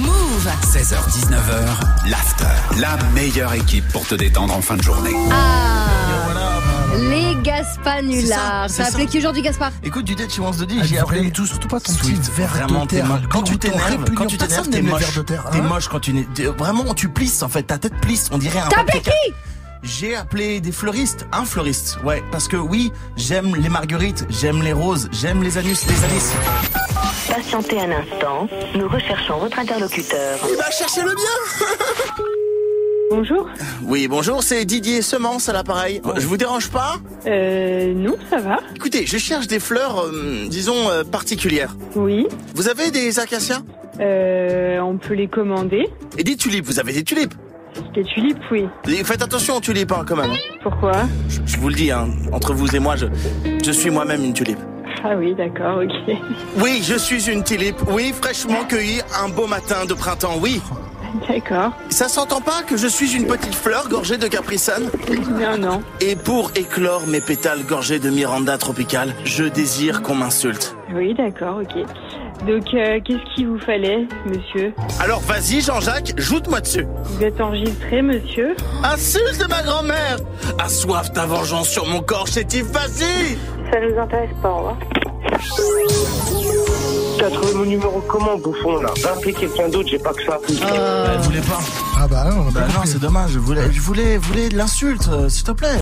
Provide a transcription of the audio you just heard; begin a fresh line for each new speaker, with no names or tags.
Move
16h-19h, l'after. La meilleure équipe pour te détendre en fin de journée.
Ah Les Gaspanulars.
C'est ça, c'est
Ça appelé
ça.
qui aujourd'hui, Gaspard
Écoute, du dead, tu de dire,
Ah,
j'ai
vous
appris
aimez tous, surtout pas ton
Sweet.
petit verre
Vraiment,
de
t'es
terre.
moche. Quand
Ton-
tu
ton
t'énerves,
répugnant,
quand tu
personne
t'énerves,
n'aime
t'es
le
moche.
verre de terre,
T'es
hein.
moche quand tu n'es. t'es- Vraiment, tu plisses en fait. Ta tête plisse. On dirait un.
T'as
papier
appelé
ca- J'ai appelé des fleuristes, un fleuriste, ouais, parce que oui, j'aime les marguerites, j'aime les roses, j'aime les anus, les anis.
Patientez un instant, nous recherchons votre interlocuteur.
Il va chercher le bien
Bonjour.
Oui, bonjour, c'est Didier Semence à l'appareil. Je vous dérange pas
Euh, non, ça va.
Écoutez, je cherche des fleurs, euh, disons, euh, particulières.
Oui.
Vous avez des acacias
Euh, on peut les commander.
Et des tulipes, vous avez des tulipes
Des tulipes, oui.
Et Faites attention aux tulipes, hein, quand même.
Pourquoi
Je, je vous le dis, hein, entre vous et moi, je, je suis moi-même une tulipe.
Ah oui, d'accord, ok.
Oui, je suis une tulipe. Oui, fraîchement cueillie un beau matin de printemps, oui.
D'accord.
Ça s'entend pas que je suis une petite fleur gorgée de capricane
Non, non.
Et pour éclore mes pétales gorgés de Miranda tropicale, je désire qu'on m'insulte.
Oui, d'accord, ok. Donc, euh, qu'est-ce qu'il vous fallait, monsieur
Alors vas-y, Jean-Jacques, joute-moi dessus.
Vous êtes enregistré, monsieur
Insulte ma grand-mère Assoif ta vengeance sur mon corps chétif, vas-y
Ça nous intéresse pas, au revoir.
T'as trouvé mon numéro comment, bouffon, là Va appeler quelqu'un d'autre, j'ai pas que ça.
Bah
Ah bah non, on a pas
non,
compris.
Bah c'est dommage, je voulais, je voulais, je voulais de l'insulte, euh, s'il te plaît.